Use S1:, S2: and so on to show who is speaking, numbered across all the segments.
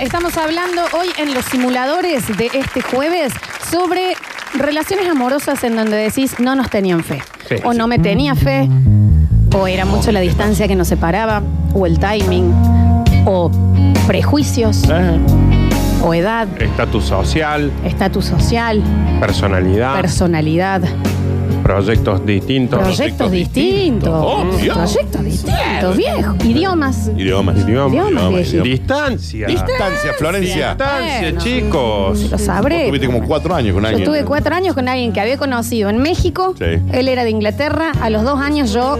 S1: Estamos hablando hoy en los simuladores de este jueves sobre relaciones amorosas en donde decís no nos tenían fe.
S2: Sí,
S1: o
S2: sí.
S1: no me tenía fe, o era mucho la distancia que nos separaba, o el timing, o prejuicios,
S2: Eh,
S1: o edad,
S2: Estatus social,
S1: estatus social,
S3: Ah.
S2: personalidad,
S1: personalidad,
S2: proyectos distintos,
S1: proyectos
S3: proyectos
S1: distintos,
S3: distintos. Obvio.
S1: proyectos distintos, viejo, idiomas.
S3: Idiomas.
S2: idiomas,
S1: Idiomas, viejito.
S2: distancia.
S3: Distancia, Florencia.
S2: Distancia,
S1: Bueno.
S2: chicos.
S1: Lo
S3: Vos
S1: sabré.
S3: Tuviste como cuatro años con
S1: Yo
S3: alguien.
S1: estuve cuatro años con alguien que había conocido en México.
S3: Sí.
S1: Él era de Inglaterra. A los dos años yo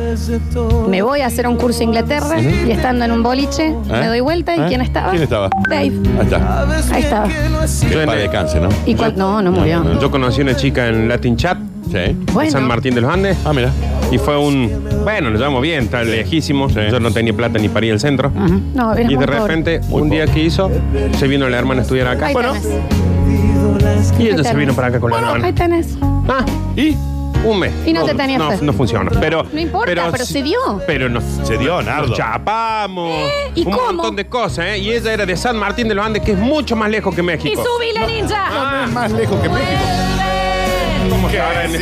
S1: me voy a hacer un curso a Inglaterra y estando en un boliche me doy vuelta y
S3: ¿Eh?
S1: ¿quién estaba?
S3: ¿Quién estaba?
S1: Dave.
S3: Ahí está.
S1: Ahí estaba.
S3: Que
S2: Yo,
S3: en paz
S2: en-
S3: descanse, ¿no?
S1: ¿Y cuál? No, no murió.
S2: yo conocí una chica en Latin Chat,
S3: Sí.
S1: Bueno.
S2: en San Martín de los Andes,
S3: Ah, mira.
S2: y fue un. Bueno, nos llevamos bien, tan lejísimos.
S3: Sí.
S2: Yo no tenía plata ni para ir al centro.
S1: Ujú. No, era
S2: Y
S1: muy
S2: de
S1: pobre.
S2: repente,
S3: Muy
S2: un día
S3: pobre.
S2: que hizo, se vino la hermana a estudiar acá.
S1: Ahí
S2: bueno,
S1: tenés.
S2: y
S1: Ahí
S2: ella se
S1: tenés.
S2: vino para acá con la
S1: Bueno, Ahí
S2: hermana.
S1: tenés.
S2: Ah, y un mes. Oh,
S1: Y no te tenías
S2: no,
S1: fe.
S2: no funciona. Pero,
S1: No importa, pero
S2: sí-
S1: se dio. ¿Eh?
S2: Pero nos,
S3: Se dio, Nardo.
S2: nos chapamos.
S1: ¿Y
S2: un
S1: cómo?
S2: montón de cosas, ¿eh? Y ella era de San Martín de los Andes, que es mucho más lejos que
S1: Y
S2: México.
S1: subí la ninja.
S2: Ah,
S3: Más lejos que México.
S2: ¿Cómo estará, en-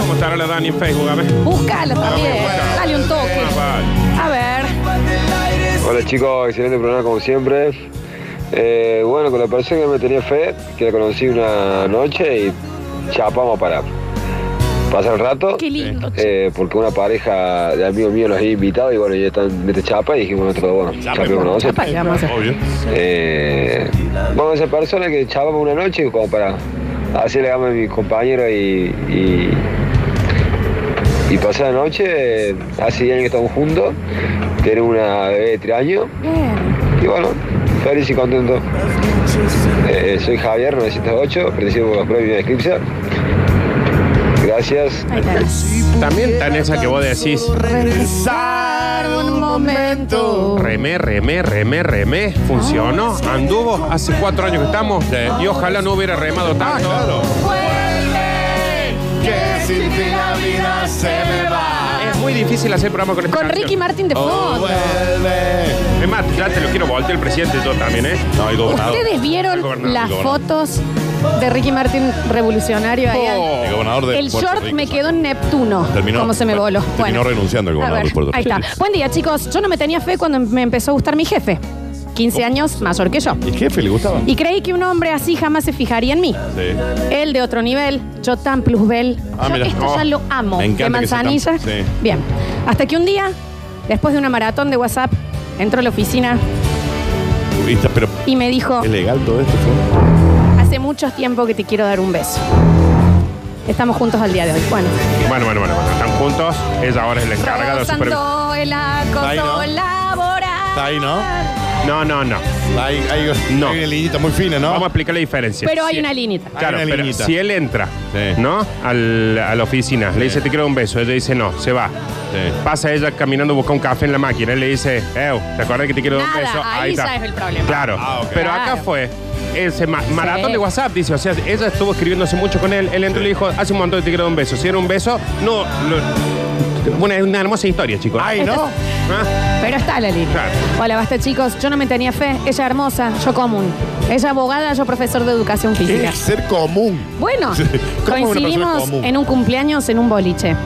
S2: cómo estará la Dani en Facebook? A ver.
S1: Búscala también.
S2: buscar.
S1: Dale un toque.
S2: Ah, vale.
S1: A ver.
S4: Hola chicos, excelente programa como siempre. Eh, bueno, con la persona que me tenía fe, que la conocí una noche y chapamos para pasar el rato.
S1: Qué lindo.
S4: eh, porque una pareja de amigos míos los había invitado y bueno, ya están de chapa y dijimos nosotros, bueno,
S3: Chapa,
S4: chapemos nosotros.
S1: Chapa, digamos.
S3: Obvio.
S4: Eh, bueno, esa persona que chapamos una noche como para hacerle gama a mi compañero y, y, y pasar la noche, eh, hace 10 años que estamos juntos, tenemos una bebé de 3 años
S1: Bien.
S4: y bueno, feliz y contento. Eh, soy Javier, 908, pertenecido por los premios de Eclipse. Gracias.
S1: Ahí tenés.
S2: También tan esa que vos decís.
S1: Regresar un momento. Ah,
S2: Remé, remé, remé, remé. Funcionó. Anduvo. Hace cuatro años que estamos. Y ojalá no hubiera remado tanto.
S3: Ah, Que sin ti la vida se me va.
S2: Es muy difícil hacer programa con esta
S1: Con Ricky
S2: canción.
S1: Martin de
S3: Oh,
S1: fondo.
S3: Vuelve.
S2: Es más, ya te lo quiero voltear el presidente yo también, ¿eh?
S3: No, el gobernador.
S1: ¿Ustedes vieron
S2: Gobernador,
S1: las
S3: gobernador.
S1: fotos de Ricky Martin revolucionario ahí?
S2: Oh.
S3: El gobernador de
S1: El
S3: Puerto
S1: short
S3: Rico,
S1: me
S3: ¿sabes?
S1: quedó en Neptuno.
S3: Terminó-
S1: Como se me
S3: bueno,
S1: voló.
S3: terminó renunciando el
S1: a
S3: gobernador
S1: ver,
S3: de Puerto
S1: Ahí
S3: Rico.
S1: está. Buen día, chicos. Yo no me tenía fe cuando me empezó a gustar mi jefe. 15 años mayor que yo.
S3: ¿Y el jefe le gustaba?
S1: Y creí que un hombre así jamás se fijaría en mí.
S3: Sí.
S1: Él de otro nivel, yo tan plusbel.
S3: Ah,
S1: yo
S3: mira.
S1: esto
S3: Oh,
S1: ya lo amo.
S3: me encanta
S1: de
S3: que sea tan-
S1: manzanilla.
S3: sí.
S1: Bien. Hasta que un día, después de una maratón de WhatsApp, entró a la oficina
S3: Viste, Pero
S1: y me dijo.
S3: es legal todo esto. Flor?
S1: Hace mucho tiempo que te quiero dar un beso. Estamos juntos al día de hoy. Bueno,
S2: Bueno, bueno, bueno, bueno. Están juntos. Ella ahora es la encargada de supervisar.
S1: rozando el
S3: Ahí,
S1: acoso
S3: ¿no? Está
S1: laboral.
S3: ahí, ¿no?
S2: No, no, no.
S3: Hay, hay,
S2: No.
S3: hay una liñita muy fina, ¿no?
S2: Vamos a explicar la diferencia.
S1: Pero hay
S2: Si-
S1: una línea.
S2: Claro,
S3: Hay una
S2: pero
S3: liñita.
S2: si él entra,
S3: Sí.
S2: ¿no? Al- a la oficina, le dice, te quiero un beso. Ella dice, no, se va.
S3: Sí.
S2: Pasa ella caminando a buscar un café en la máquina. Él le dice, Ew, ¿te acuerdas que te quiero dar un
S1: Nada,
S2: beso?
S1: ahí ya es el problema.
S2: Claro.
S3: Ah, ok.
S2: Pero
S1: Claro.
S2: acá fue ese ma- maratón
S1: Sí.
S2: de WhatsApp, dice. O sea, ella estuvo escribiéndose mucho con él. Él entró y le dijo, hace un montón que te quiero dar un beso. Si era un beso, no. no- Bueno, es una hermosa historia, chicos.
S3: Ay, ¿no?
S2: ¿Ah?
S1: Pero está la línea.
S2: Claro.
S1: Hola, basta chicos. Yo no me tenía fe. Ella hermosa, yo común. Ella abogada, yo profesor de educación física.
S3: Es ser común.
S1: Bueno,
S3: Sí. ¿Cómo es una persona
S1: coincidimos
S3: común?
S1: en un cumpleaños en un boliche.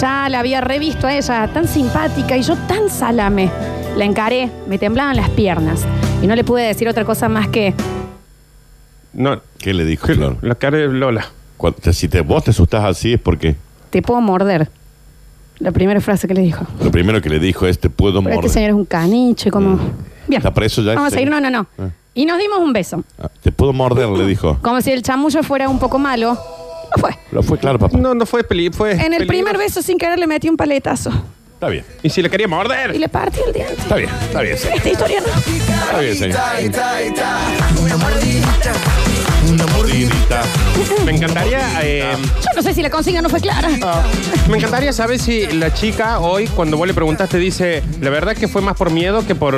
S1: Ya la había revisto a ella, tan simpática y yo tan salame. La encaré, me temblaban las piernas y no le pude decir otra cosa más que
S2: No,
S3: ¿Qué le dijo? Flor?
S2: la cara de Lola.
S3: Cuando te- si te, vos te asustás así es porque
S1: te puedo morder. La primera frase que le dijo.
S3: lo primero que le dijo es te puedo
S1: Pero
S3: morder.
S1: este señor es un caniche, como... Bien.
S3: ¿Está preso ya?
S1: Vamos a
S3: Sí.
S1: seguir, no, no, no.
S3: Ah.
S1: Y nos dimos un beso.
S3: Ah, Te puedo morder, le dijo.
S1: Como si el chamullo fuera un poco malo. No fue.
S3: Lo fue claro, papá.
S2: No, no fue peli, fue.
S1: En el
S2: peligroso.
S1: primer beso, sin querer, le metí un paletazo.
S3: Está bien,
S2: Y si le quería morder.
S1: Y le partí el diente.
S3: está bien, está bien, señor.
S1: Esta historia no.
S3: Está bien, señor. Una mordidita.
S2: Me encantaría. eh,
S1: Yo no sé si la consigna no fue clara.
S3: Ah.
S2: Me encantaría saber si la chica hoy, cuando vos le preguntaste, dice: La verdad que fue más por miedo que por.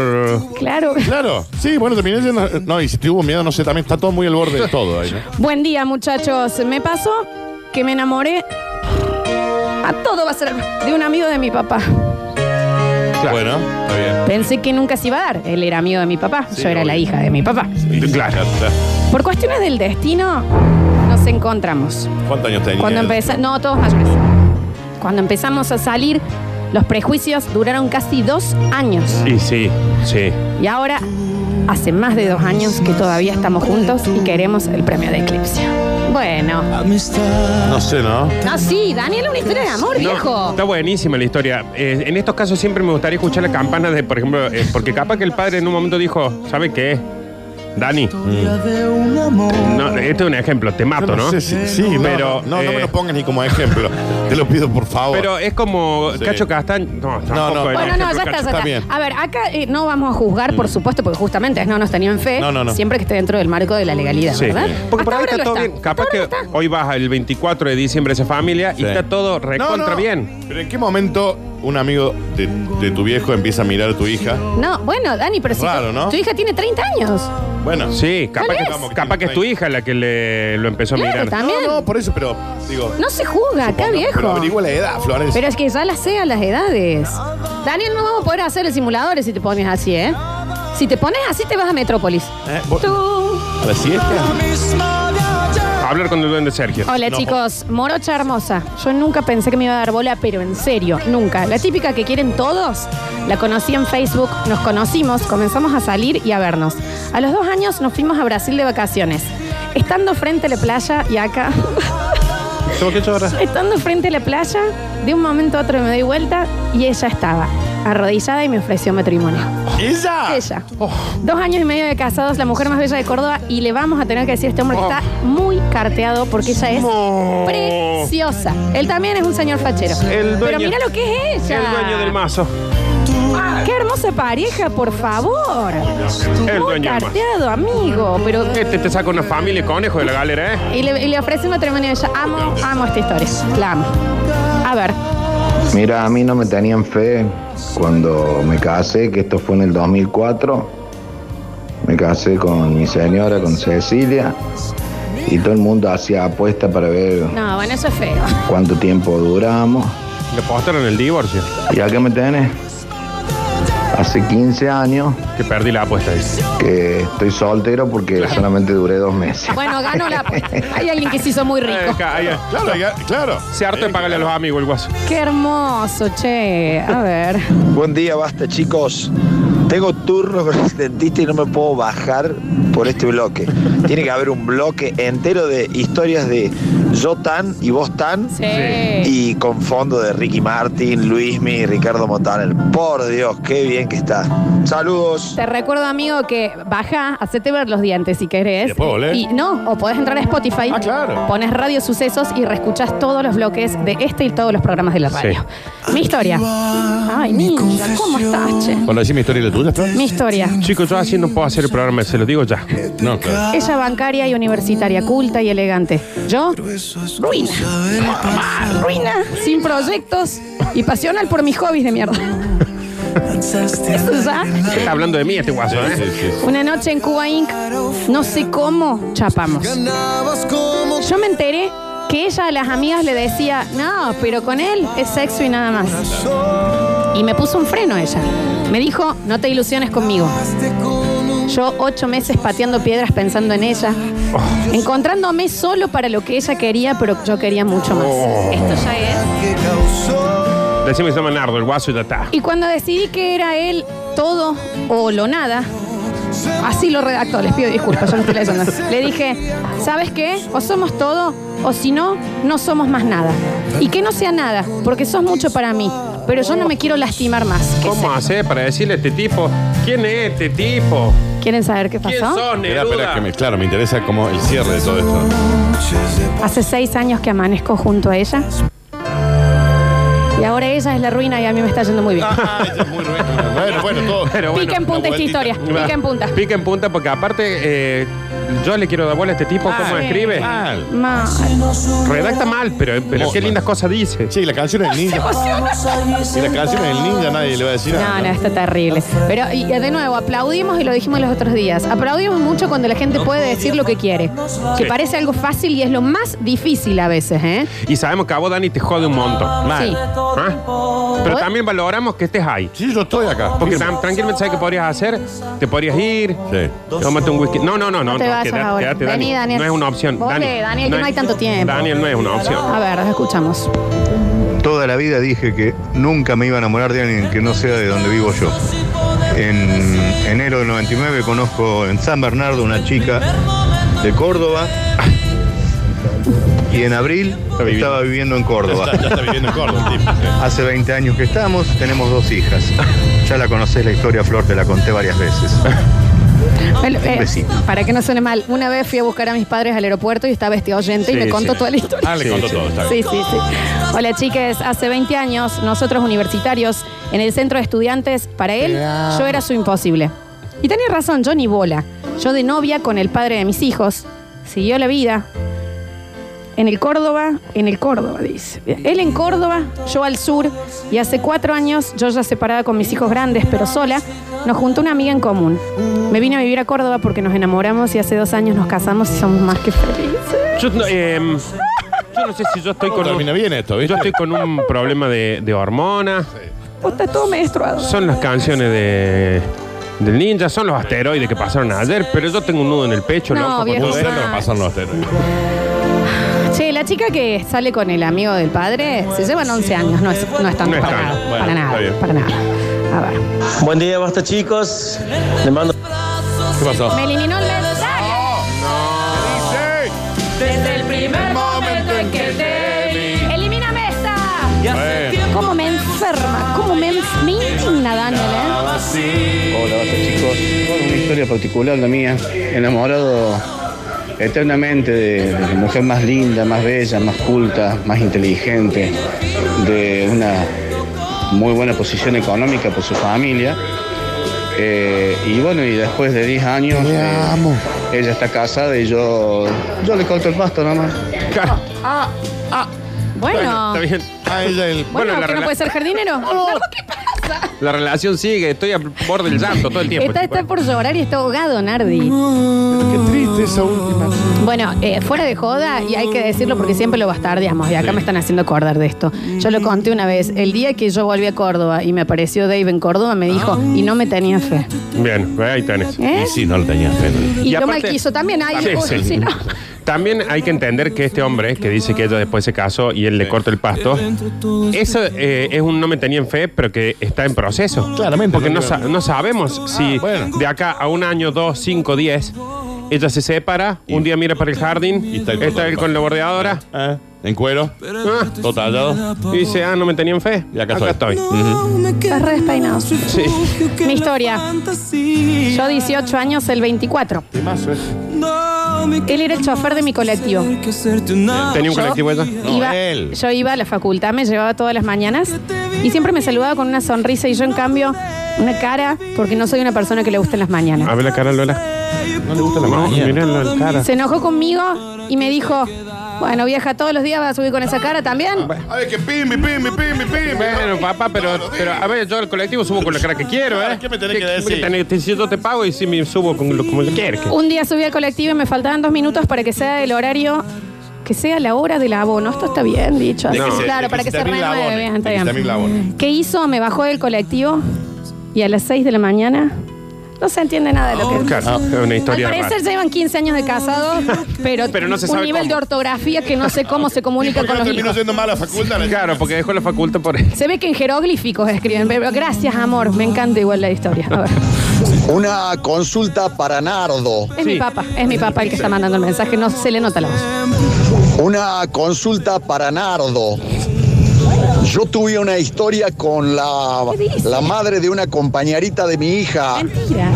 S1: Claro.
S3: Claro, sí, bueno, terminé yendo. No, y si te hubo miedo, no sé, también está todo muy al borde de todo ahí, ¿no?
S1: Buen día, muchachos. Me pasó que me enamoré. A todo va a ser de un amigo de mi papá.
S2: Claro.
S3: Bueno, está bien.
S1: Pensé que nunca se iba a dar. Él era amigo de mi papá.
S3: Sí,
S1: Yo era la
S3: obvio.
S1: hija de mi papá.
S2: Claro.
S1: Por cuestiones del destino, nos encontramos.
S3: ¿Cuántos años tenía?
S1: Cuando empezamos. No, todos mayores. Cuando empezamos a salir, los prejuicios duraron casi dos años.
S2: Y sí, sí.
S1: Y ahora, hace más de dos años que todavía estamos juntos y queremos el premio de Eclipse. Bueno.
S3: No sé, ¿no?
S1: No, sí, Daniel, una historia de amor,
S2: No,
S1: viejo.
S2: está buenísima la historia. Eh, en estos casos siempre me gustaría escuchar la campana de, por ejemplo, eh, porque capaz que el padre en un momento dijo, ¿sabe qué? Dani, no, este es un ejemplo, te mato,
S3: Yo
S2: ¿no?
S3: sé si- sí, no,
S2: Pero,
S3: No, no, no
S2: eh,
S3: me lo pongas ni como ejemplo. Te lo pido, por favor.
S2: Pero es como
S3: Sí.
S2: Cacho Castaño. No,
S3: no.
S2: tampoco
S1: Bueno,
S2: era
S1: no,
S2: ejemplo,
S1: ya está, ya
S2: Cacho.
S1: está.
S3: está bien. Mm.
S1: A ver, acá eh, no vamos a juzgar, por supuesto, porque justamente no nos tenían fe.
S3: No, no, no.
S1: Siempre que esté dentro del marco de la legalidad,
S2: Sí.
S1: ¿verdad?
S2: Porque por
S1: Hasta
S2: ahí está
S1: ahora
S2: todo
S1: lo
S2: bien.
S1: Hasta
S2: Capaz
S1: ahora
S2: que
S1: lo está.
S2: hoy vas el 24 de diciembre a esa familia y
S3: Sí.
S2: está todo recontra
S3: No, no.
S2: bien.
S3: Pero ¿en qué momento un amigo de, de tu viejo empieza a mirar a tu hija?
S1: No, bueno, Dani, pero si
S3: Raro,
S1: tu,
S3: ¿no?
S1: tu hija tiene 30 años.
S3: Bueno.
S2: Sí, capaz,
S1: Tal
S2: que,
S1: vez.
S2: vamos, capaz que es tu hija la que le, lo empezó a
S1: Claro,
S2: mirar.
S1: también.
S3: No, no, por eso, pero digo.
S1: No se juzga, acá,
S3: supongo, Pero
S1: viejo.
S3: averigua la edad, Florencia.
S1: Pero es que ya las sé a las edades. Daniel, no vamos a poder hacer el simulador si te pones así, ¿eh? Si te pones así, te vas a Metrópolis.
S3: Eh, vos-
S1: Tú.
S3: ¿A la siesta?
S2: Hablar con el duende Sergio.
S1: Hola
S3: No.
S1: chicos, morocha hermosa. Yo nunca pensé que me iba a dar bola, pero en serio, nunca. La típica que quieren todos. La conocí en Facebook, nos conocimos, comenzamos a salir y a vernos. A los dos años nos fuimos a Brasil de vacaciones. Estando frente a la playa y acá,
S3: ¿Tengo que ahora?
S1: estando frente a la playa, de un momento a otro me doy vuelta y ella estaba arrodillada y me ofreció matrimonio.
S3: ¿Ella? Oh,
S1: Ella. Dos años y medio de casados, la mujer más bella de Córdoba y le vamos a tener que decir a este hombre que
S2: Oh.
S1: está muy carteado porque ella es
S2: No.
S1: preciosa. Él también es un señor fachero.
S2: El
S1: Pero
S2: dueño-
S1: mira lo que es ella.
S2: El dueño del mazo.
S1: Qué hermosa pareja, por favor.
S2: El
S1: Muy
S2: dueño del mazo.
S1: carteado, amigo. Pero eh,
S2: Este te saca una familia de conejo de la galera, ¿eh?
S1: y le, y le ofrece matrimonio a ella. Amo, amo esta historia. La amo. A ver.
S5: Mira, a mí no me tenían fe cuando me casé, que esto fue en el 2004. Me casé con mi señora, con Cecilia, y todo el mundo hacía apuesta para ver
S1: No, bueno, eso es feo.
S5: cuánto tiempo duramos.
S2: Le postaron el divorcio.
S5: Y acá me tenés. Hace 15 años
S2: Que perdí la apuesta. dice.
S5: que estoy soltero porque solamente duré dos meses.
S1: Bueno, ganó la apuesta. Hay alguien que se hizo muy
S2: Eh,
S1: rico.
S2: ca- ahí, eh.
S3: Claro, ya- claro.
S2: Se harto de pagarle a los amigos el guaso.
S1: Qué hermoso, che. A ver.
S6: Buen día, basta chicos. Tengo turno con el dentista y no me puedo bajar por este bloque. Tiene que haber un bloque entero de historias de yo tan y vos tan.
S1: Sí.
S6: Y con fondo de Ricky Martin, Luismi y Ricardo Montaner. Por Dios, qué bien que está. Saludos.
S1: Te recuerdo, amigo, que baja, hacete ver los dientes si querés.
S3: ¿Y después volvés?
S1: Y no, o podés entrar a Spotify.
S3: Ah, claro.
S1: Pones Radio Sucesos y reescuchás todos los bloques de este y todos los programas de la radio. Mi historia. Ay, ninja, ¿cómo estás, che?
S3: Cuando decís mi historia y la tuya, ¿está?
S1: Mi historia.
S2: Chicos, yo así no puedo hacer el programa, se lo digo ya.
S3: No, claro.
S1: Ella bancaria y universitaria, culta y elegante. Yo, ruina. Mamá, ruina. Sin proyectos y pasional por mis hobbies de mierda. Eso ya.
S2: Está hablando de mí este guaso,
S3: Sí, sí,
S2: ¿eh?
S3: sí.
S1: Una noche en Cuba Inc. No sé cómo chapamos. Yo me enteré que ella a las amigas le decía, no, pero con él es sexo y nada más. Y me puso un freno ella. Me dijo, no te ilusiones conmigo. Yo ocho meses pateando piedras pensando en ella, encontrándome solo para lo que ella quería, pero yo quería mucho más.
S2: Oh.
S1: Esto ya es.
S2: Decime que se llama Nardo, el guaso y ya está.
S1: Y cuando decidí que era él todo o lo nada, así lo redactó, les pido disculpas, yo no estoy leyendo. Le dije, ¿sabes qué? O somos todo, o si no, no somos más nada. Y que no sea nada, porque sos mucho para mí, pero yo no me quiero lastimar más. ¿Qué
S2: ¿Cómo
S1: sé?
S2: hace para decirle a este tipo? ¿Quién es este tipo?
S1: ¿Quieren saber qué
S2: ¿Quién
S1: pasó?
S2: sos,
S3: Espera, espera,
S2: Neruda?
S3: que me, claro, me interesa como el cierre de todo esto.
S1: Hace seis años que amanezco junto a ella. Y ahora ella es la ruina y a mí me está yendo muy bien.
S3: Ah, Bueno, bueno, todo.
S2: Ah, Pero bueno,
S1: Pica en punta
S3: una
S1: esta historia, pica en punta.
S2: Pica en punta porque aparte eh, yo le quiero dar bola a este tipo, cómo
S1: Ah, sí.
S2: escribe.
S3: Mal.
S1: Ma-
S2: Redacta mal, pero, pero
S3: Muy
S2: qué
S3: mal.
S2: lindas cosas dice.
S3: Sí, la canción es ninja. Y la canción es el ninja, nadie le va a decir
S1: No,
S3: nada.
S1: no, está terrible. Pero y, de nuevo, aplaudimos y lo dijimos los otros días. Aplaudimos mucho cuando la gente puede decir lo que quiere. Que
S2: Sí.
S1: parece algo fácil y es lo más difícil a veces, ¿eh?
S2: Y sabemos que a vos, Dani, te jode un montón.
S1: Sí.
S2: ¿Ah? Pero también valoramos que estés ahí.
S3: Sí, yo estoy acá.
S2: Porque tam- tranquilamente sabes qué podrías hacer. Te podrías ir.
S3: Sí.
S2: Tómate un whisky. No, no, no, no.
S1: te
S2: no,
S1: vayas
S2: quedate,
S1: ahora.
S2: quedate,
S1: Vení, Daniel.
S2: No es una opción.
S1: Vos ve, Daniel, que no hay
S2: es-
S1: tanto tiempo.
S2: Daniel no es una opción.
S1: A ver, los escuchamos.
S7: Toda la vida dije que nunca me iba a enamorar de alguien que no sea de donde vivo yo. En enero del 99 conozco en San Bernardo una chica de Córdoba y en abril
S2: Está viviendo.
S7: estaba viviendo en Córdoba.
S3: Ya, ya está viviendo en Córdoba, el tipo. sí.
S7: Hace 20 años que estamos, tenemos dos hijas. Ya la conocés la historia, Flor, te la conté varias veces.
S1: El- eh,
S7: besito.
S1: para que no suene mal, una vez fui a buscar a mis padres al aeropuerto y estaba este oyente y
S2: Sí,
S1: le contó
S2: sí.
S1: toda la historia.
S3: Ah, le contó todo, está bien.
S1: Sí, sí, sí. Hola, chicas. Hace 20 años, nosotros universitarios, en el centro de estudiantes, para él, yo era su imposible. Y tenía razón, yo ni bola. Yo de novia con el padre de mis hijos. Siguió la vida. En el Córdoba, en el Córdoba, dice. Él en Córdoba, yo al sur. Y hace cuatro años, yo ya separada con mis hijos grandes, pero sola, nos juntó una amiga en común. Me vine a vivir a Córdoba porque nos enamoramos y hace dos años nos casamos y somos más que felices.
S2: Yo, no- em, yo no sé si yo estoy con
S3: Termina
S2: un,
S3: bien esto, ¿viste?
S2: yo estoy con un problema de, de hormonas.
S1: Vos estás todo menstruado.
S2: Son las canciones de del ninja, son los asteroides que pasaron ayer, pero yo tengo un nudo en el pecho,
S1: No,
S2: loco, con
S1: viejo.
S2: todo
S3: Puede ser
S2: esto.
S3: que me pasan los terrenos.
S1: Che, la chica que sale con el amigo del padre se llevan 11 años, no es, no es tanto
S2: No es
S1: para,
S2: tanto.
S1: Nada,
S3: Bueno,
S1: para
S3: está
S1: nada.
S3: bien.
S1: Para nada. A ver.
S8: Buen día, basta chicos. Les mando
S3: ¿Qué pasó?
S1: Me eliminó el mensaje. Desde el primer momento en que te vi. ¡Elimíname esta!
S3: Bueno,
S1: ¿Cómo me enferma? ¿Cómo me, enf- me indigna, Daniel? eh?
S9: Hola, basta chicos. Bueno, una historia particular la mía. Enamorado eternamente de, de la mujer más linda, más bella, más culta, más inteligente, de una muy buena posición económica por su familia. Eh, y bueno, y después de 10 años, eh, ella está casada y yo, yo le corto el pasto nomás.
S2: Ca-
S1: Ah, Bueno.
S2: Está bien.
S3: a ella el.
S2: Bueno,
S1: Bueno,
S2: la
S1: ¿que no
S2: rela-
S1: puede ser jardinero? No, ¿qué pasa?
S2: La relación sigue, estoy a borde del llanto todo el tiempo.
S1: Está,
S2: tipo.
S1: está por llorar y está ahogado, Nardi.
S3: Qué triste esa última.
S1: Bueno, eh, fuera de joda, y hay que decirlo porque siempre lo bastardeamos, y acá me están haciendo acordar de esto. Yo lo conté una vez, el día que yo volví a Córdoba y me apareció Dave en Córdoba, me dijo, y no me tenía fe.
S2: Bien, ahí tenés.
S1: ¿Eh?
S3: Y sí, no le tenía fe. ¿no?
S1: Y,
S2: Y
S1: lo
S2: aparte-
S1: mal quiso también, ay,
S2: Sí,
S1: uy,
S2: sí.
S1: sí, no.
S2: También hay que entender que este hombre que dice que ella después se casó y él le corta el pasto, eso eh, es un no me tenía en fe, pero que está en proceso.
S3: Claramente,
S2: Porque no,
S3: no
S2: sa- no sabemos si
S3: bueno.
S2: de acá a un año, dos, cinco, diez, ella se separa, un día mira para el jardín,
S3: Y
S2: está
S3: está
S2: él,
S3: él con la-
S2: con la bordeadora,
S3: ¿Eh? En cuero,
S2: ah,
S3: todo tallado.
S2: y dice, ah, no me tenía en fe.
S3: Y acá estoy.
S1: Estás re despeinado.
S2: Sí.
S1: Mi historia. Yo 18 años, el 24.
S3: ¿Qué más? eh?
S1: Él era el chofer de mi colectivo.
S2: ¿Tenía un
S1: Yo
S2: colectivo ella?
S3: No,
S1: iba-
S3: él.
S1: Yo iba a la facultad, me llevaba todas las mañanas y siempre me saludaba con una sonrisa y yo en cambio una cara porque no soy una persona que le gusten las mañanas.
S2: A ver la cara, Lola. No le gusta la mano. Mirá la
S3: Ah.
S2: cara.
S1: Se enojó conmigo y me dijo, bueno vieja, todos los días vas a subir con esa cara también.
S3: A ver, que pimbi, pimbi, pimbi, pimbi.
S2: Bueno, papá, pero, pero a ver, yo al colectivo subo con la cara que quiero, ¿eh?
S3: ¿Qué me tenés que decir?
S2: tenés- te- si yo te pago y si me subo con lo, como lo quieres. que-
S1: Un día subí al colectivo y me faltaban dos minutos para que sea el horario, que sea la hora del abono. Esto está bien dicho.
S3: De que
S1: así.
S3: se-
S1: claro,
S3: de
S1: para que se
S3: termine la
S1: renueve.
S3: abone,
S1: bien,
S3: de
S1: está
S3: que se
S1: bien.
S3: termine la abone.
S1: ¿Qué hizo? Me bajó del colectivo y a las 6 de la mañana no se entiende nada de lo que
S2: Claro, es una
S1: Ah. Al
S2: historia
S1: parecer
S2: rara.
S1: llevan 15 años de casado, pero,
S2: Pero no se
S1: un
S2: sabe
S1: nivel
S2: cómo.
S1: de ortografía que no sé cómo se comunica
S3: ¿Por qué
S1: con
S3: no
S1: los
S3: terminó
S1: hijos.
S3: siendo mala facultad? La-
S2: Claro, porque dejó la facultad por eso.
S1: Se ve que en jeroglíficos escriben, pero gracias, amor. Me encanta igual la historia. A ver.
S6: Una consulta para Nardo.
S1: Es mi papá, es mi papá el que está mandando el mensaje, no se le nota la voz.
S6: Una consulta para Nardo. Yo tuve una historia con la,
S1: ¿Qué dice?
S6: la madre de una compañerita de mi hija
S1: Mentira.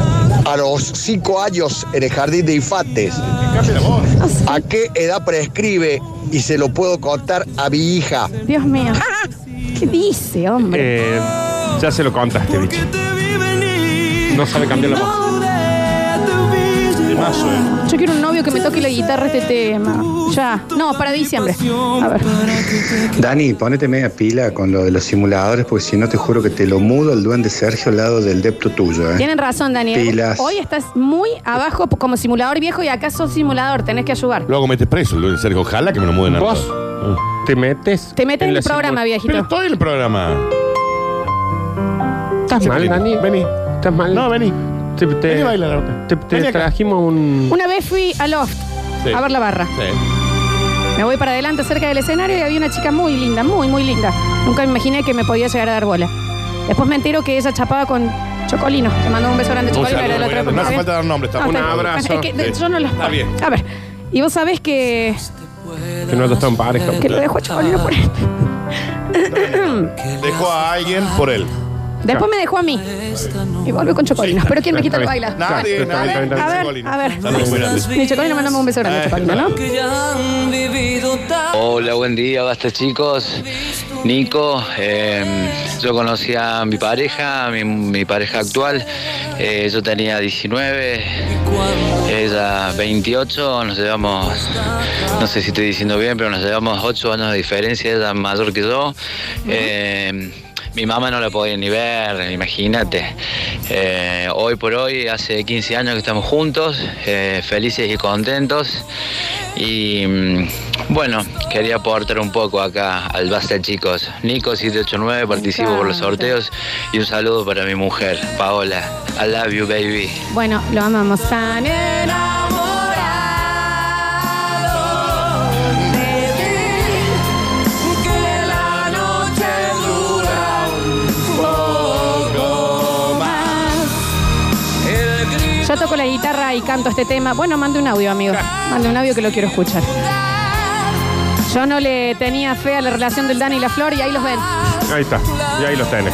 S6: a los cinco años en el jardín de infantes.
S1: No sé.
S2: Ah.
S6: ¿A qué edad prescribe? Y se lo puedo contar a mi hija.
S1: Dios mío. ¿Qué dice, hombre?
S2: Eh, ya se lo contaste, bicho. No sabe cambiar la voz.
S3: Temazo, eh.
S1: Yo quiero un novio que me toque la guitarra este tema. Ya. No, para diciembre. A ver.
S7: Dani, ponete media pila con lo de los simuladores, porque si no te juro que te lo mudo al duende Sergio al lado del depto tuyo. ¿eh?
S1: Tienen razón, Daniel.
S7: Pilas.
S1: Hoy estás muy abajo como simulador viejo y acá sos simulador. Tenés que ayudar.
S3: Luego metes preso, el Sergio. Ojalá que me lo muden a
S2: ¿Vos? Te metes.
S1: Ah. Te metes en,
S2: la
S1: el programa,
S2: simbol-
S3: Pero
S1: viejito.
S3: estoy en el programa.
S2: ¿Estás mal, Dani?
S3: Vení.
S2: ¿Estás mal?
S3: No, vení.
S2: Te, te-
S3: Vení a bailar ahorita.
S2: te- te
S3: Vení acá.
S2: trajimos un.
S1: Una vez fui a Loft
S3: Sí.
S1: a ver la barra.
S3: Sí.
S1: Me voy para adelante cerca del escenario y había una chica muy linda, muy, muy linda. Nunca me imaginé que me podía llegar a dar bola. Después me entero que ella chapaba con Chocolino. Te mandó un beso grande, Chocolino.
S2: saludo
S1: era de la otra
S2: grande.
S1: época,
S3: No hace
S1: ¿está
S3: falta
S1: bien?
S3: dar nombre.
S1: No,
S3: Está
S2: Un
S1: está bien.
S2: abrazo.
S1: Es que
S3: Sí.
S1: yo no las
S3: Está bien.
S1: A ver, y vos sabés que,
S2: Que no están pareja.
S1: que lo dejo a Chocolino por él.
S3: Dejó a alguien por él.
S1: Después me dejó a mí. Y volvió con Chocolino. Pero ¿quién me quita el
S2: está
S1: baila?
S2: bien.
S1: A ver,
S3: Nadie,
S2: está
S3: nadie.
S2: bien, está bien,
S1: a
S2: está
S1: ver,
S3: Chocolino.
S1: a ver.
S3: Saludos muy grandes.
S1: Mi Chocolino, mandamos un beso grande,
S3: Eh,
S1: Chocolino, ¿no?
S10: Hola, buen día, basta chicos. Nico, eh, yo conocí a mi pareja, mi, mi pareja actual. Eh, yo tenía 19, ella 28, nos llevamos, no sé si estoy diciendo bien, pero nos llevamos 8 años de diferencia, ella mayor que yo. Eh, mi mamá no la podía ni ver, imagínate. Eh, hoy por hoy, hace 15 años que estamos juntos, eh, felices y contentos. Y mm, bueno, quería aportar un poco acá al Basta Chicos. Nico 789, participo por los
S1: encanta.
S10: sorteos. Y un saludo para mi mujer, Paola. I love you, baby.
S1: Bueno, lo amamos. Tan enamorado de ti, que la noche dura un poco más. Yo toco la guitarra y canto este tema. Bueno, mande un audio, amigo. Mande un audio que lo quiero escuchar. Yo no le tenía fe a la relación del Dani y la Flor y ahí los ven.
S2: Ahí está. Y ahí los tenés.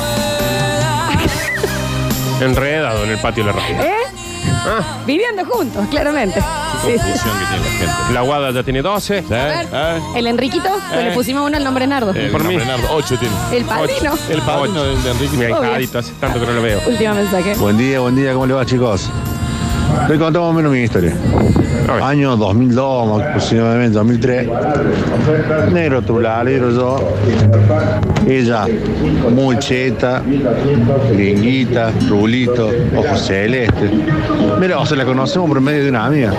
S2: Enredado en el patio de la radio.
S1: ¿Eh? Viviendo juntos, claramente. Sí, sí.
S3: Confusión que tiene la gente.
S2: La guada ya tiene 12.
S1: A ver, el Enriquito, pues
S3: Eh.
S1: le pusimos uno al nombre de Nardo.
S3: Eh,
S2: Por
S3: no,
S2: mí.
S3: Bernardo, ocho tiene.
S1: el padrino.
S3: El padrino de, de Enrique.
S2: Mi
S1: Obvio.
S2: ahijadito, hace tanto que no lo veo.
S1: Último mensaje.
S7: Buen día, buen día, ¿cómo le va chicos? Les contamos menos mi historia.
S2: A ver.
S7: Año 2002, aproximadamente 2003. Negro tulalero yo. Ella, muy cheta, gringuita, rulito, ojos celestes. Mira, o sea, la conocemos por medio de una amiga.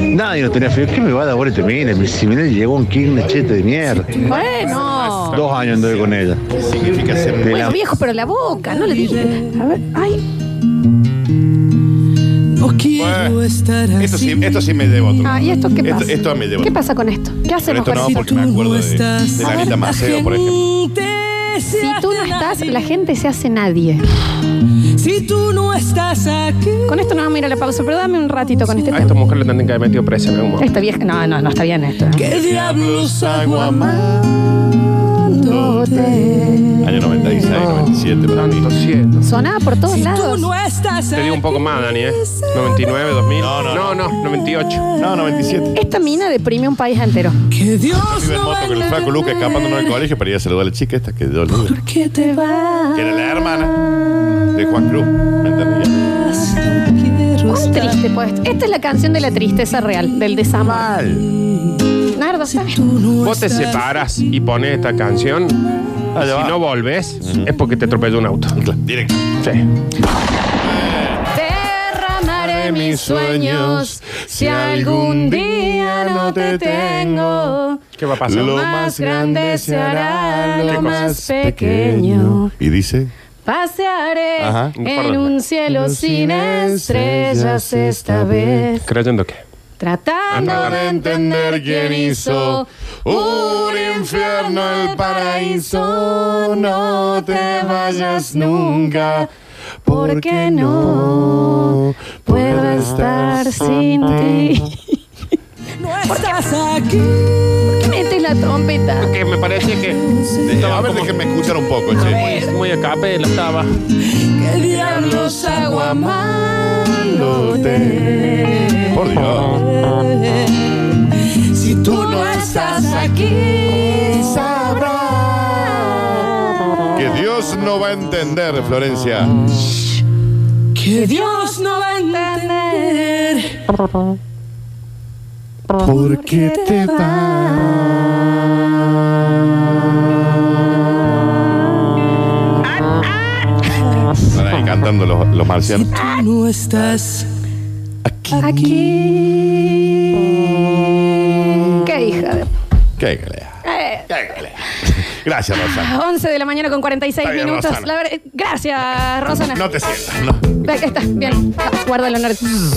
S7: Nadie nos tenía fe. ¿Qué me va a dar bola este mire? Si mire, llegó un kirne chete de mierda.
S1: Bueno.
S7: Dos años anduve con ella.
S3: Significa ser
S7: De
S1: Bueno,
S7: la-
S1: viejo, pero la boca, no le dije. A ver, ay,
S3: Bueno, esto, sí, esto sí me debo otro.
S1: ah, ¿y esto qué
S3: Esto-
S1: pasa?
S3: esto me debo.
S1: ¿Qué pasa con esto? ¿Qué
S3: Pero
S1: hacemos
S3: esto
S1: con
S3: no,
S1: esto?
S3: porque me acuerdo de, de la Anita Maceo, por ejemplo.
S1: Si tú no estás, la gente se hace nadie.
S11: Si tú no estás aquí.
S1: Con esto no vamos a ir a la pausa, pero dame un ratito con este
S2: A
S1: tema.
S2: esta mujer le tendrían que haber metido presa en algún momento.
S1: Esta vieja, no, no, no está bien esto. ¿eh?
S11: ¿Qué diablos hago amar?
S3: Año 96, 97, para mí.
S2: Tanto cielo.
S1: Sonaba por todos lados.
S11: estás
S2: Te digo un poco más, Dani, ¿eh? 99, 2000.
S3: No, no,
S2: no, no 98.
S3: No, 97.
S1: Esta mina deprime un país entero.
S11: Que Dios
S3: Iba en moto con el flaco Luca escapándonos del colegio para ir a saludar a la chica esta que dio luz.
S11: que te vas.
S3: Que era la hermana de Juan Cruz. ¿Me entendía?
S1: ¿Cuán triste pues? Esta es la canción de la tristeza real, del desamor.
S3: Mal.
S1: Nardo, está bien.
S2: Vos te separas y pones esta canción.
S3: Allá
S2: si
S3: va.
S2: no volvés, es porque te atropelló un auto.
S3: Directo.
S2: Sí.
S1: Derramaré mis sueños si algún día no te tengo.
S2: ¿Qué va a pasar?
S1: Lo- más grande se hará lo
S3: ¿Qué cosa?
S1: más pequeño.
S3: Y dice.
S1: Pasearé
S3: Ajá.
S1: en
S2: Perdón.
S1: un cielo sin
S3: Sin
S1: estrellas
S3: estrellas
S1: esta
S3: esta
S1: vez,
S2: ¿Creyendo qué?
S1: tratando
S2: Ajá.
S1: de entender quién hizo un infierno el paraíso. No te vayas nunca, porque no puedo estar sin ti.
S11: No estás aquí.
S1: Mete la trompeta.
S2: Que me parecía que
S3: de- a ver, déjenme escuchar un poco, che.
S2: es muy escape, la estaba.
S11: Que diablos hago amándote.
S3: Por Dios.
S11: Si tú no estás aquí, sabrás
S3: Que Dios no va a entender, Florencia.
S11: que Dios no va a entender.
S3: ¿Por qué te vas? Están ahí cantando los, los marcianos.
S11: Tú no estás.
S1: Aquí. Qué hija de-
S3: Qué Qué galea.
S1: Eh,
S3: Gracias, Rosana.
S1: 11 de la mañana con 46
S3: Está bien,
S1: minutos.
S3: Rosana.
S1: La verdad- gracias, Rosana.
S3: No te sientas, no.
S1: Ve que Está bien, guarda el honor.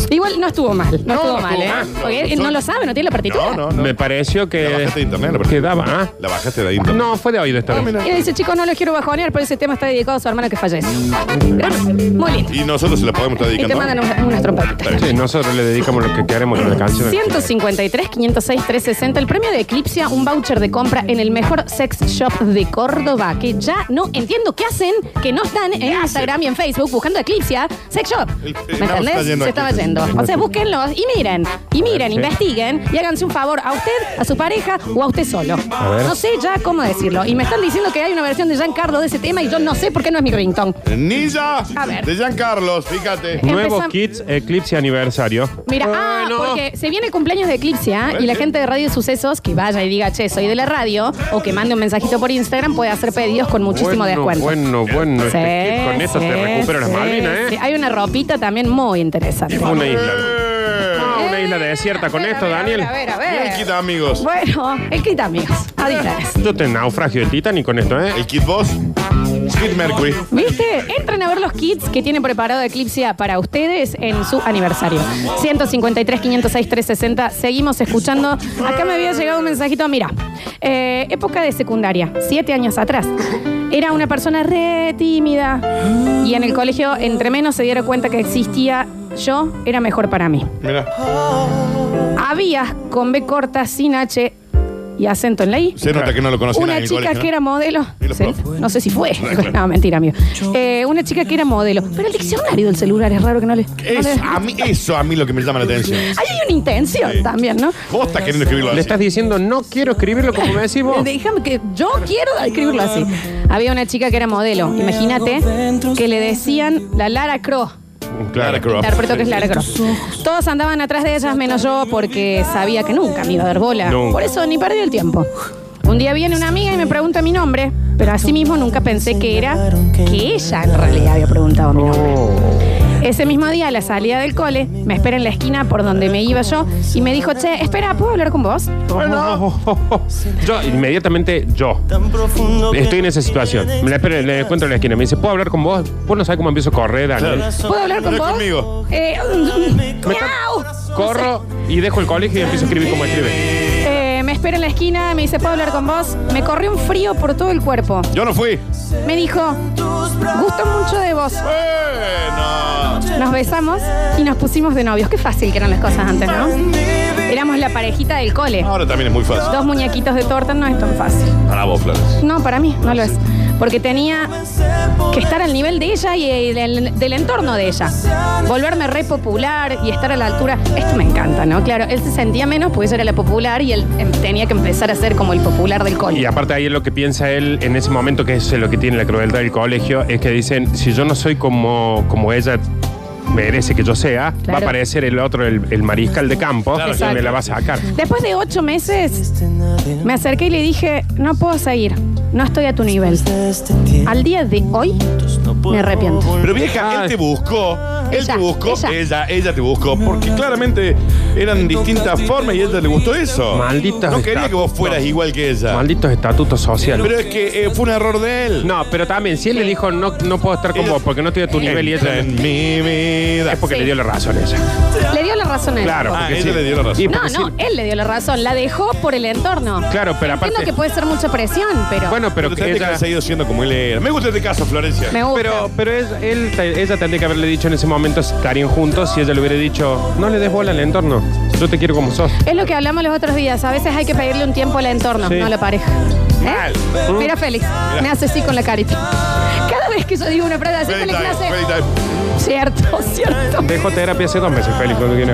S1: Igual no estuvo mal, no, estuvo mal,
S3: estuvo
S1: ¿eh?
S3: mal, no,
S1: Porque él no lo sabe, no tiene la partitura.
S2: Me pareció que. La bajaste de internet, Que daba. ¿ah?
S3: La bajaste de internet.
S2: No, fue de oído esta vez.
S1: Y dice, chicos, no los quiero bajonear, pero ese tema está dedicado a su hermano que fallece. Muy lindo.
S3: Y nosotros se la podemos estar
S1: Y te
S3: dedicando.
S1: mandan una- unas trompetitas.
S2: Sí, nosotros le dedicamos lo que queremos con la canción.
S1: 153, 506, 360. El premio de Eclipsia, un voucher de compra en el mejor sex shop de Córdoba. Que ya no entiendo qué hacen, que no están en Instagram y en Facebook buscando Eclipsia Sex Shop. ¿Me
S11: no, está
S1: entendés?
S11: yendo
S1: Se
S11: a
S1: estaba
S11: Eclipsia.
S1: yendo. O sea, búsquenlos y miren, y miren,
S11: Sí.
S1: investiguen y háganse un favor a usted, a su pareja o a usted solo.
S11: A ver.
S1: No sé ya cómo decirlo. Y me están diciendo que hay una versión de Giancarlo de ese tema y yo no sé por qué no es mi ringtone.
S3: Ninja
S1: A ver.
S3: de Giancarlos, fíjate.
S2: Nuevo
S1: Empezam-
S2: Kids Eclipse Aniversario.
S1: Mira, ah, porque se viene el cumpleaños de Eclipse ¿ah? y la gente de Radio Sucesos que vaya y diga, che, soy de la radio, o que mande un mensajito por Instagram, puede hacer pedidos con muchísimo
S2: bueno,
S1: descuento.
S2: Bueno, bueno, este kit con eso
S1: sí,
S2: te recupero las
S1: sí,
S2: Malvinas, ¿eh?
S1: sí. Hay una ropita también muy interesante.
S2: Una isla.
S3: Eh,
S2: No, una isla desierta con esto, Daniel.
S1: A ver, a ver.
S2: kit amigos.
S1: Bueno, el kit amigos. Adidas.
S2: Yo te naufragio de Titanic con esto, ¿eh? El kit boss. Kit Mercury.
S1: ¿Viste? Entren a ver los kits que tiene preparado Eclipsia para ustedes en su aniversario. 153, 506, 360. Seguimos escuchando. Acá me había llegado un mensajito. Mira, eh, época de secundaria, siete años atrás. Era una persona re tímida y en el colegio, entre menos se dieron cuenta que existía yo, era mejor para mí.
S3: Mira.
S1: Había con B corta, sin H y acento en la I.
S3: Se nota que no lo conocían
S1: Una
S3: en el
S1: chica
S3: colegio, ¿no?
S1: que era modelo.
S3: Y los
S1: Sí,
S3: profes.
S1: No sé si fue.
S3: No, claro.
S1: No, mentira, amigo. Eh, una chica que era modelo. Pero el diccionario del celular es Ah, raro que no le. no le-
S3: Eso a, mí, eso a mí lo que me llama la atención.
S1: Ahí hay una intención también, ¿no?
S3: Vos estás queriendo
S2: Le
S3: escribirlo así.
S2: estás diciendo, no quiero escribirlo como me decís vos.
S1: Eh, Déjame que yo quiero escribirlo así. Había una chica que era modelo, imagínate, que le decían la Lara Croft.
S3: Clara Croft.
S1: Interpreto que es Lara Croft. Todos andaban atrás de ellas, menos yo, porque sabía que nunca me iba a dar bola.
S11: Nunca.
S1: Por eso ni perdí el tiempo. Un día viene una amiga y me pregunta mi nombre, pero así mismo nunca pensé que era que ella en realidad había preguntado mi nombre. Ese mismo día, a la salida del cole, me espera en la esquina por donde me iba yo y me dijo, che, espera, ¿puedo hablar con vos?
S2: Yo, inmediatamente, yo. Estoy en esa situación. Me la espero, le encuentro en la esquina. Me dice, ¿puedo hablar con vos? Vos no sabés cómo empiezo a correr, Daniel.
S1: ¿Puedo hablar con vos? Eh, miau.
S2: Corro y dejo el colegio y empiezo a escribir como escribe.
S1: Eh, me espera en la esquina, me dice, ¿puedo hablar con vos? Me corrió un frío por todo el cuerpo.
S3: Yo no fui.
S1: Me dijo, gusto mucho de vos. Nos besamos y nos pusimos de novios. Qué fácil que eran las cosas antes, ¿no? Éramos la parejita del cole.
S3: Ahora también es muy fácil.
S1: Dos muñequitos de torta no es tan fácil.
S3: Para vos, Flores.
S1: No, para mí no lo es. Porque tenía que estar al nivel de ella y del, del entorno de ella. Volverme re popular y estar a la altura. Esto me encanta, ¿no? Claro, él se sentía menos porque ella era la popular y él em, tenía que empezar a ser como el popular del cole.
S2: Y aparte ahí es lo que piensa él en ese momento, que es lo que tiene la crueldad del colegio, es que dicen, si yo no soy como, como ella merece que yo sea, va a
S1: Claro.
S2: aparecer el otro, el, el mariscal de campo, que
S1: Exacto.
S2: me la va a sacar.
S1: Después de ocho meses, me acerqué y le dije, no puedo seguir, no estoy a tu nivel. Al día de hoy, me arrepiento.
S3: Pero vieja, él te buscó. Él te buscó, ella. ella, te buscó. Porque claramente eran distintas formas y a ella le gustó eso.
S2: Malditos
S3: No quería que vos fueras
S2: estatutos.
S3: igual que ella.
S2: Malditos estatutos sociales.
S3: Pero es que eh, fue un error de él.
S2: No, pero también, si él le dijo, no, no puedo estar con vos porque no estoy a tu nivel y ella...
S3: En mi vida.
S2: Es porque le dio la razón a ella.
S1: Le dio la razón a él.
S2: Claro,
S1: ¿no?
S2: porque sí. Y
S1: No,
S2: porque
S1: no,
S2: sí.
S1: él le dio la razón, la dejó por el entorno.
S2: Claro, pero
S1: Entiendo
S2: aparte-
S1: que puede ser mucha presión, pero...
S2: Bueno, pero
S3: Pero
S2: ella...
S3: ella ha seguido siendo como él era. Me gusta este caso, Florencia.
S1: Me gusta.
S2: Pero, pero es- él, te- ella tendría que haberle dicho en ese momento si estarían juntos si ella le hubiera dicho, no le des bola al entorno, yo te quiero como sos.
S1: Es lo que hablamos los otros días. A veces hay que pedirle un tiempo al entorno,
S2: Sí.
S1: no a la pareja. ¿Eh?
S3: Mal.
S1: Mira, Félix, me hace así con la carita. Cada vez que yo digo una frase así,
S2: Félix
S1: Félix me
S2: time,
S1: hace. Cierto, cierto.
S2: Dejo terapia hace dos meses, Félix, cuando viene.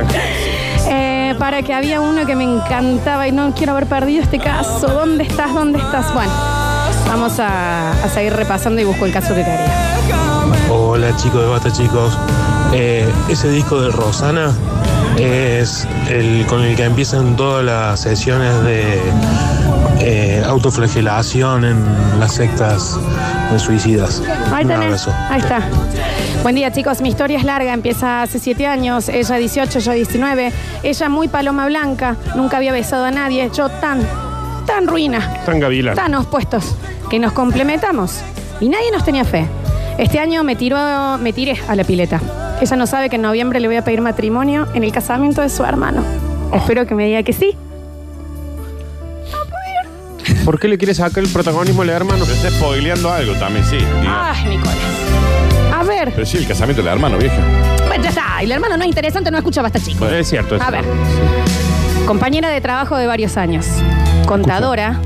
S1: Eh, para que había uno que me encantaba y no quiero haber perdido este caso. ¿Dónde estás? ¿Dónde estás? Bueno, vamos a, a seguir repasando y busco el caso que quería.
S12: Hola chicos de Basta Chicos. Eh, ese disco de Rosana es el con el que empiezan todas las sesiones de eh, autoflagelación en las sectas de suicidas.
S1: Ahí
S12: Un
S1: tenés.
S12: abrazo.
S1: Ahí está. Buen día, chicos. Mi historia es larga. Empieza hace siete años. Ella 18, yo 19. Ella muy paloma blanca. Nunca había besado a nadie. Yo tan. tan ruinas,
S2: San Gavilán.
S1: tan opuestos, que nos complementamos. Y nadie nos tenía fe. Este año me, tiró, me tiré a la pileta. Ella no sabe que en noviembre le voy a pedir matrimonio en el casamiento de su hermano. Espero que me diga que sí.
S2: ¿Por qué le quieres sacar el protagonismo al hermano?
S3: Pero está spoileando algo también, sí. diga.
S2: Ah.
S1: Ay, Nicolás. A ver,
S3: Pero sí, el casamiento del hermano, vieja.
S1: bueno, ya está. El hermano no es interesante, no escucha basta chico.
S2: Es cierto.
S1: A ver. Compañera de trabajo de varios años. Contadora.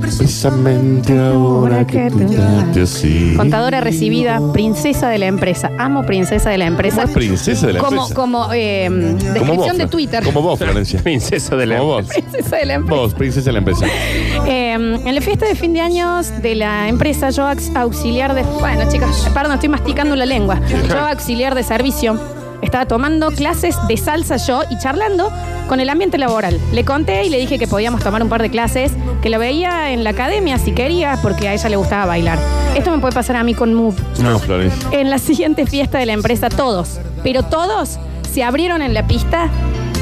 S3: Precisamente ahora que te trate así.
S1: Contadora recibida, princesa de la empresa. Amo princesa de la empresa.
S3: ¿Cómo es princesa de la
S1: como,
S3: empresa?
S1: Como eh,
S3: Como vos,
S1: descripción de
S3: Fla-
S1: Twitter.
S3: Como vos, Florencia.
S2: princesa de la
S3: Como vos.
S1: Princesa de la empresa.
S3: Vos, princesa de la empresa.
S1: Eh, en la fiesta de fin de años de la empresa, yo aux- auxiliar de. Bueno, chicas, perdón, estoy masticando la lengua. Yo auxiliar de servicio. Estaba tomando clases de salsa yo y charlando con el ambiente laboral. Le conté y le dije que podíamos tomar un par de clases, que lo veía en la academia si quería, porque a ella le gustaba bailar. Esto me puede pasar a mí con Move.
S3: No, Florencia.
S1: En la siguiente fiesta de la empresa, todos, pero todos se abrieron en la pista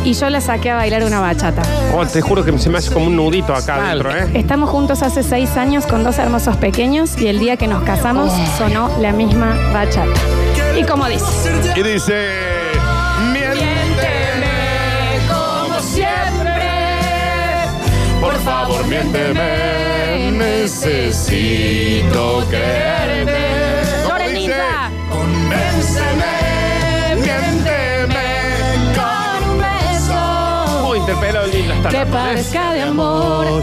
S1: y yo la saqué a bailar una bachata.
S2: Oh, te juro que se me hace como un nudito acá adentro, ¿eh?
S1: Estamos juntos hace seis años con dos hermosos pequeños y el día que nos casamos sonó la misma bachata. Y como dice,
S3: Y dice. Miénteme como siempre. Por favor, miénteme. Necesito creerte.
S1: Lorenita,
S3: Convénceme. Miénteme con un beso.
S2: Muy interpelado Linda
S1: que parezca de amor.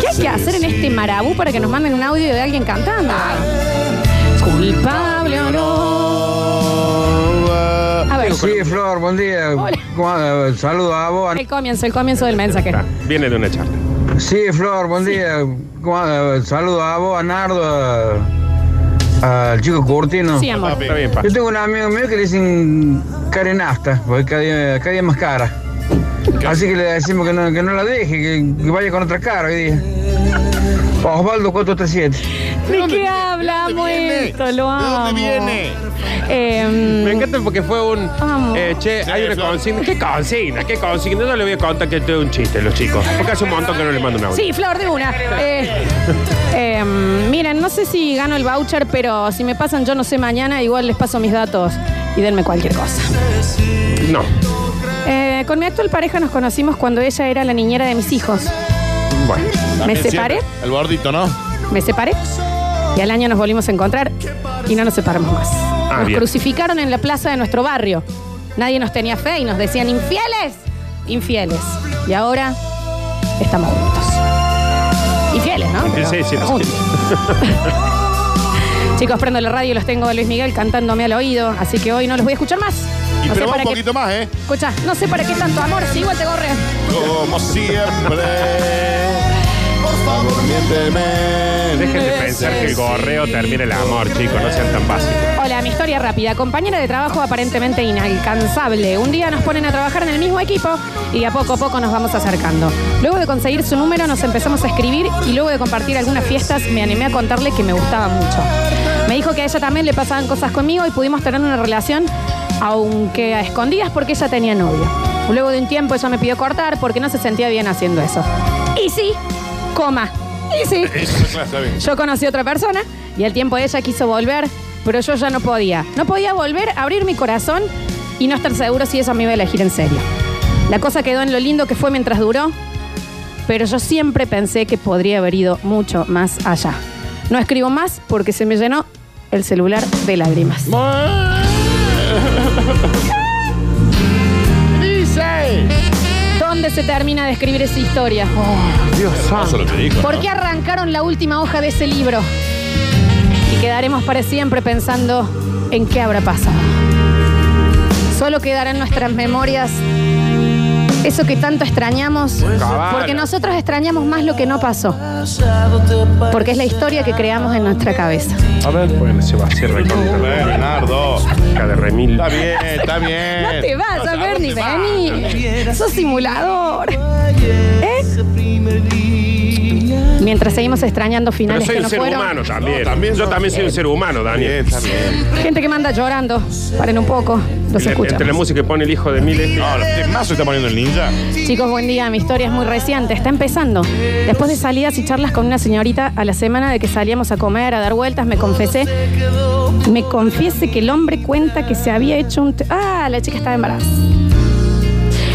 S1: ¿Qué hay que hacer en este marabú para que nos manden un audio de alguien cantando? Culpable o no. A ver,
S13: Sí, Flor, buen día.
S1: Hola.
S13: ¿Cómo anda? Saludo a vos.
S1: el comienzo, el comienzo del mensaje.
S2: Viene de una charla.
S13: Sí, Flor, buen día. ¿Cómo anda? Saludo a vos, a Nardo, a- al chico Curtino.
S1: Sí, amor.
S2: Está bien, pa.
S13: Yo tengo un amigo mío que le dicen carenasta, porque cada día, cada día más cara. Así que le decimos que no, que no la deje, que, que vaya con otra cara hoy día. Osvaldo 437.
S1: ¿De qué hablamos esto? Lo
S3: ¿De
S1: amo.
S3: dónde viene?
S1: Em,
S2: Me encanta porque fue un.
S1: Amo.
S2: eh, che, hay una consigna. ¿Qué consigna? ¿Qué consigna? No le voy a contar que tengo un chiste, los chicos. Porque hace un montón que no le mando un audio.
S1: Sí, Flor de una. Eh, eh, miren, no sé si gano el voucher, pero si me pasan yo no sé mañana, igual les paso mis datos y denme cualquier cosa.
S2: No.
S1: Eh, con mi actual pareja nos conocimos cuando ella era la niñera de mis hijos.
S2: Bueno.
S1: Me
S3: También
S1: separé,
S3: siempre. El gordito, ¿no?
S1: me separé y al año nos volvimos a encontrar y no nos separamos más.
S3: Ah,
S1: nos
S2: bien.
S1: crucificaron en la plaza de nuestro barrio. Nadie nos tenía fe y nos decían infieles, infieles. Y ahora estamos juntos. Infieles, ¿no? Pero
S2: Sí, sí,
S1: juntos. Chicos, prendo la radio y los tengo a Luis Miguel cantándome al oído, así que hoy no los voy a escuchar más.
S3: Y
S1: No sé
S3: pero va un
S1: para qué-
S3: poquito más, ¿eh?
S1: Escucha, no sé para qué tanto amor, si igual te gorre.
S3: Como siempre. Por favor, miénteme.
S2: Dejen de pensar que el gorreo termina el amor, chicos. No sean tan básicos.
S1: Hola, mi historia rápida. Compañera de trabajo aparentemente inalcanzable. Un día nos ponen a trabajar en el mismo equipo y de a poco a poco nos vamos acercando. Luego de conseguir su número nos empezamos a escribir y luego de compartir algunas fiestas me animé a contarle que me gustaba mucho. Me dijo que a ella también le pasaban cosas conmigo y pudimos tener una relación, aunque a escondidas porque ella tenía novio. Luego de un tiempo ella me pidió cortar porque no se sentía bien haciendo eso. Y sí, coma. Y sí.
S3: Eso, claro, está bien.
S1: Yo conocí a otra persona y al tiempo ella quiso volver, pero yo ya no podía. No podía volver, abrir mi corazón y no estar seguro si eso me iba a elegir en serio. La cosa quedó en lo lindo que fue mientras duró, pero yo siempre pensé que podría haber ido mucho más allá. No escribo más porque se me llenó el celular de lágrimas. ¿Dónde se termina de escribir esa historia?
S2: Dios
S3: Eso lo que dijo.
S2: este
S1: ¿Por
S3: ¿no?
S1: qué arrancaron la última hoja de ese libro? Y quedaremos para siempre pensando en qué habrá pasado. Solo quedará en nuestras memorias eso que tanto extrañamos,
S2: Cabana.
S1: porque nosotros extrañamos más lo que no pasó, porque es la historia que creamos en nuestra cabeza.
S2: A ver. Bueno, se va a hacer recontra.
S3: Eh, Bernardo.
S2: Cada de remil.
S3: Está bien, está
S2: Eh,
S3: bien.
S1: No te vas a ver ni
S3: venir.
S1: venir. Sos simulador. ¿Eh? Mientras seguimos extrañando
S2: Pero
S1: finales
S2: soy
S1: que
S2: un
S1: no
S2: ser
S1: fueron.
S2: humano también. Yo también soy un ser humano, Daniel.
S1: Gente que manda llorando. Paren un poco. Los
S2: Le-
S1: escuchamos.
S2: Entre la música que pone el hijo de Mile. Ahora, más se está poniendo el ninja.
S1: Chicos, buen día. Mi historia es muy reciente. Está empezando. Después de salidas y charlas con una señorita a la semana de que salíamos a comer, a dar vueltas, me confesé. Me confiese que el hombre cuenta que se había hecho un. te- Ah, la chica estaba embarazada.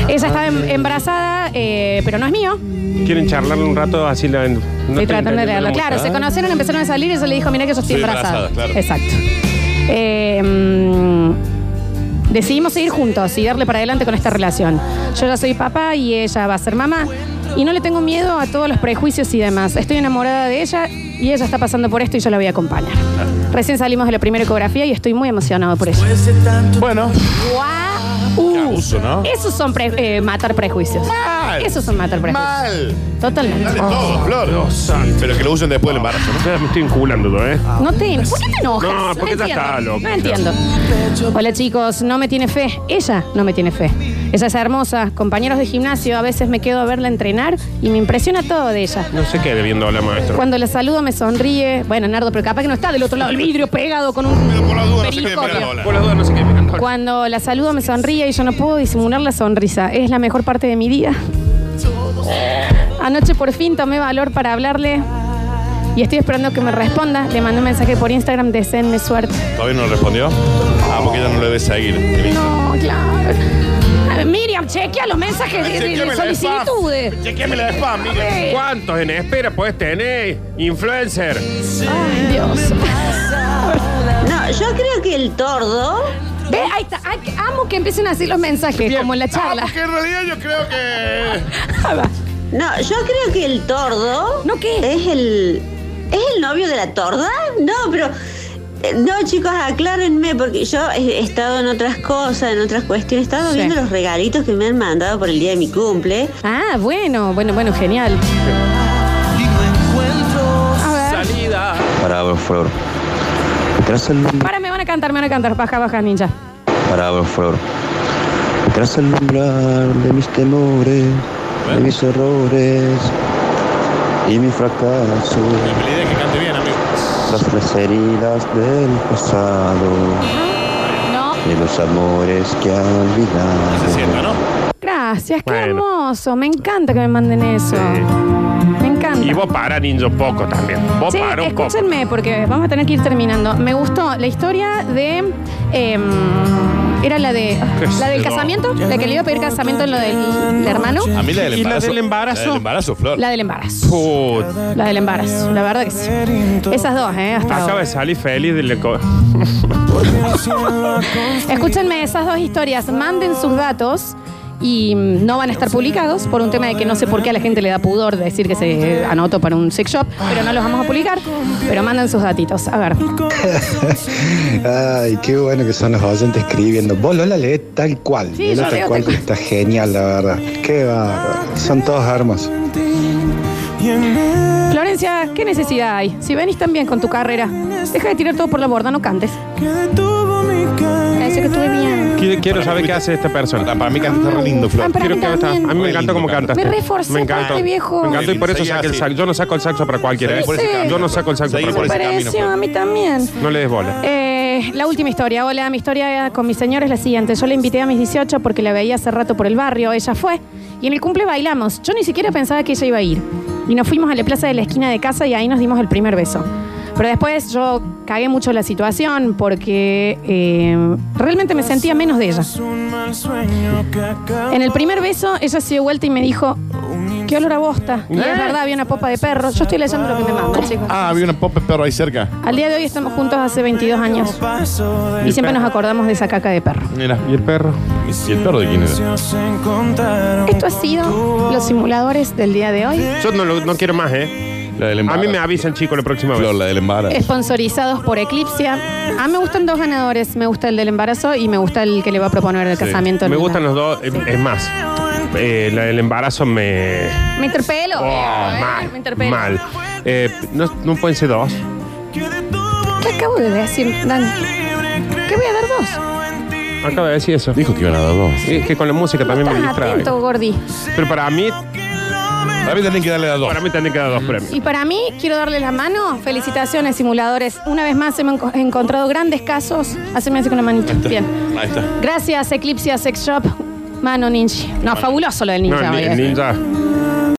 S1: Ella estaba em- embarazada, eh, pero no es mío.
S2: ¿Quieren charlarle un rato así la no
S1: Estoy
S2: te
S1: tratando de
S2: entendiendo
S1: leerlo.
S2: mucho.
S1: Claro, se conocieron, empezaron a salir y ella le dijo, mira que yo estoy
S2: Estoy
S1: embarazada.
S2: embarazada, claro.
S1: Exacto. Eh, mm, decidimos seguir juntos y darle para adelante con esta relación. Yo ya soy papá y ella va a ser mamá. Y no le tengo miedo a todos los prejuicios y demás. Estoy enamorada de ella y ella está pasando por esto y yo la voy a acompañar. Recién salimos de la primera ecografía y estoy muy emocionado por eso.
S3: Bueno.
S1: abuso, ¿no? Esos son pre- eh, matar prejuicios. Esos son matar prejuicios.
S3: Mal.
S1: Totalmente.
S2: Oh,
S3: Todo, Flor. Pero que lo usen después del embarazo.
S2: Me estoy inculando todo, ¿eh?
S1: No te, ¿Por qué te enojas?
S2: No, porque ya
S1: entiendo.
S2: está loco,
S1: No entiendo. Hola chicos, no me tiene fe. Ella no me tiene fe. Ella es hermosa, compañeros de gimnasio, a veces me quedo a verla entrenar y me impresiona todo de ella.
S2: No se quede viendo a la maestra.
S1: Cuando la saludo me sonríe. Bueno, Nardo, pero capaz que no está del otro lado del vidrio pegado con un periscopio.
S2: Por las dudas no se quede mirando.
S1: Cuando la saludo me sonríe y yo no puedo disimular la sonrisa. Es la mejor parte de mi día. Anoche por fin tomé valor para hablarle y estoy esperando que me responda. Le mandé un mensaje por Instagram, deseenme suerte.
S3: ¿Todavía no respondió? Ah, porque ella no lo debe seguir.
S1: No, claro. Eh, Miriam, chequea los mensajes de- de, de
S3: Chequeame la
S1: solicitudes.
S3: Chequeame la spam,
S1: Eh.
S2: ¿Cuántos en espera podés tener? Influencer.
S1: Ay, Dios.
S14: No, yo creo que el tordo.
S1: Ve, ahí está. Ay, que amo que empiecen así los mensajes, como en la charla.
S3: porque en realidad yo creo
S14: que. No, yo creo que el tordo. ¿No qué?
S12: ¿Eh?
S14: Es el. ¿Es el novio de la torda? No, pero. eh, No, chicos, aclárenme, porque yo he estado en otras cosas, en otras cuestiones. He estado
S1: Sí.
S14: viendo los regalitos que me han mandado por el día de mi cumple.
S1: Ah, bueno, bueno, bueno, genial. A ver.
S15: Pará, Flor. Tras el nombre.
S1: Para, me van a cantar, me van a cantar. Baja, baja, ninja.
S15: Pará, Flor. Tras el nombrar de mis temores, de mis errores y mis fracasos.
S3: La idea es que cante bien, amigo.
S15: Tras las heridas del pasado. De los amores que ha olvidado.
S1: Gracias, qué
S2: Bueno.
S1: hermoso. Me encanta que me manden eso. Me encanta.
S2: Y vos para, ninja, un poco también. Vos
S1: Che,
S2: para un poco.
S1: escúchenme, porque vamos a tener que ir terminando. Me gustó la historia de. em, era la de.
S3: ¿Qué es
S1: La del
S3: eso?
S1: casamiento, la que le iba a pedir casamiento en lo del hermano.
S3: A mí la del
S1: ¿Y
S3: embarazo. La del
S1: embarazo.
S3: embarazo, Flor.
S1: La del embarazo. La del embarazo, la verdad que sí. Esas dos, ¿eh? Hasta
S2: Acaba
S1: ahora.
S2: de salir feliz del eco.
S1: Escúchenme esas dos historias, manden sus datos y mm, no van a estar publicados por un tema de que no sé por qué a la gente le da pudor decir que se eh, anotó para un sex shop, pero no los vamos a publicar, pero manden sus datitos. A ver.
S16: Ay, qué bueno que son los oyentes escribiendo. Vos Lola lees tal cual.
S1: Sí,
S16: Lola
S1: yo leo tal
S16: que Está genial, la verdad. Qué va. Son todos hermosos.
S1: Florencia, ¿qué necesidad hay? Si venís tan bien con tu carrera, deja de tirar todo por la borda, no cantes. Parece que estuve bien.
S2: Quiero, quiero saber qué hace esta persona. Para mí canta re lindo,
S1: Flor. Ah, para
S2: Quiero
S1: mí
S2: que está-
S1: también.
S2: A mí me encantó como cantaste.
S1: Me reforcé
S2: Me encantó.
S1: este viejo.
S2: Me encantó y por eso
S1: Seguí
S2: saqué el
S1: así.
S2: saxo. Yo no saco el saxo para cualquiera.
S1: Seguí
S2: ¿eh?
S1: por ese camino.
S2: Yo no saco el saxo
S1: Me
S2: para
S1: pareció, a
S2: cualquiera.
S1: mí también.
S2: No le des bola.
S1: Eh, la última historia. Hola, mi historia con mi señor es la siguiente. Yo la invité a mis 18 porque la veía hace rato por el barrio. Ella fue. Y en el cumple bailamos. Yo ni siquiera pensaba que ella iba a ir. Y nos fuimos a la plaza de la esquina de casa y ahí nos dimos el primer beso. Pero después yo cagué mucho la situación porque eh, realmente me sentía menos de ella. En el primer beso, ella se dio vuelta y me dijo, qué olor a bosta. Y es
S3: ¿Eh?
S1: verdad, había una popa de perro. Yo estoy leyendo lo que me mandan, chicos.
S3: Ah, había una pop perro ahí cerca.
S1: Al día de hoy estamos juntos hace 22 años. Y siempre nos acordamos de esa caca de perro.
S3: Mira, ¿y el perro? ¿Y el perro de quién era?
S1: Esto ha sido los simuladores del día de hoy,
S2: Yo no, lo- no quiero más, ¿eh? A mí me avisan, chicos, la próxima vez.
S3: la del embarazo.
S1: sponsorizados por Eclipsia. A mí me gustan dos ganadores. Me gusta el del embarazo y me gusta el que le va a proponer el
S2: Sí.
S1: casamiento.
S2: Me gustan los dos. eh, Es más, eh, la del embarazo me.
S1: Me interpelo.
S2: Oh,
S1: eh,
S2: mal.
S1: Me interpelo.
S2: Mal. Eh, no, no pueden ser dos.
S1: ¿Qué acabo de decir, Dani? ¿Qué voy a dar dos?
S2: Acaba de decir eso. Dijo que iban a dar dos. Es que con la música también me
S1: Estás
S2: distrae.
S1: atento, Gordi.
S2: Pero para mí,
S3: Para mí tienen que darle a dos. Para
S2: mí tienen que dar dos premios.
S1: Y para mí, quiero darles la mano. Felicitaciones, simuladores. Una vez más hemos enco- encontrado grandes casos. Haceme así con la manita. Bien.
S3: Ahí está.
S1: Gracias, Eclipse Sex Shop. Mano Ninja. No, fabuloso lo del ninja.
S2: No, el,
S1: hoy,
S2: ni-
S1: eh.
S2: el ninja.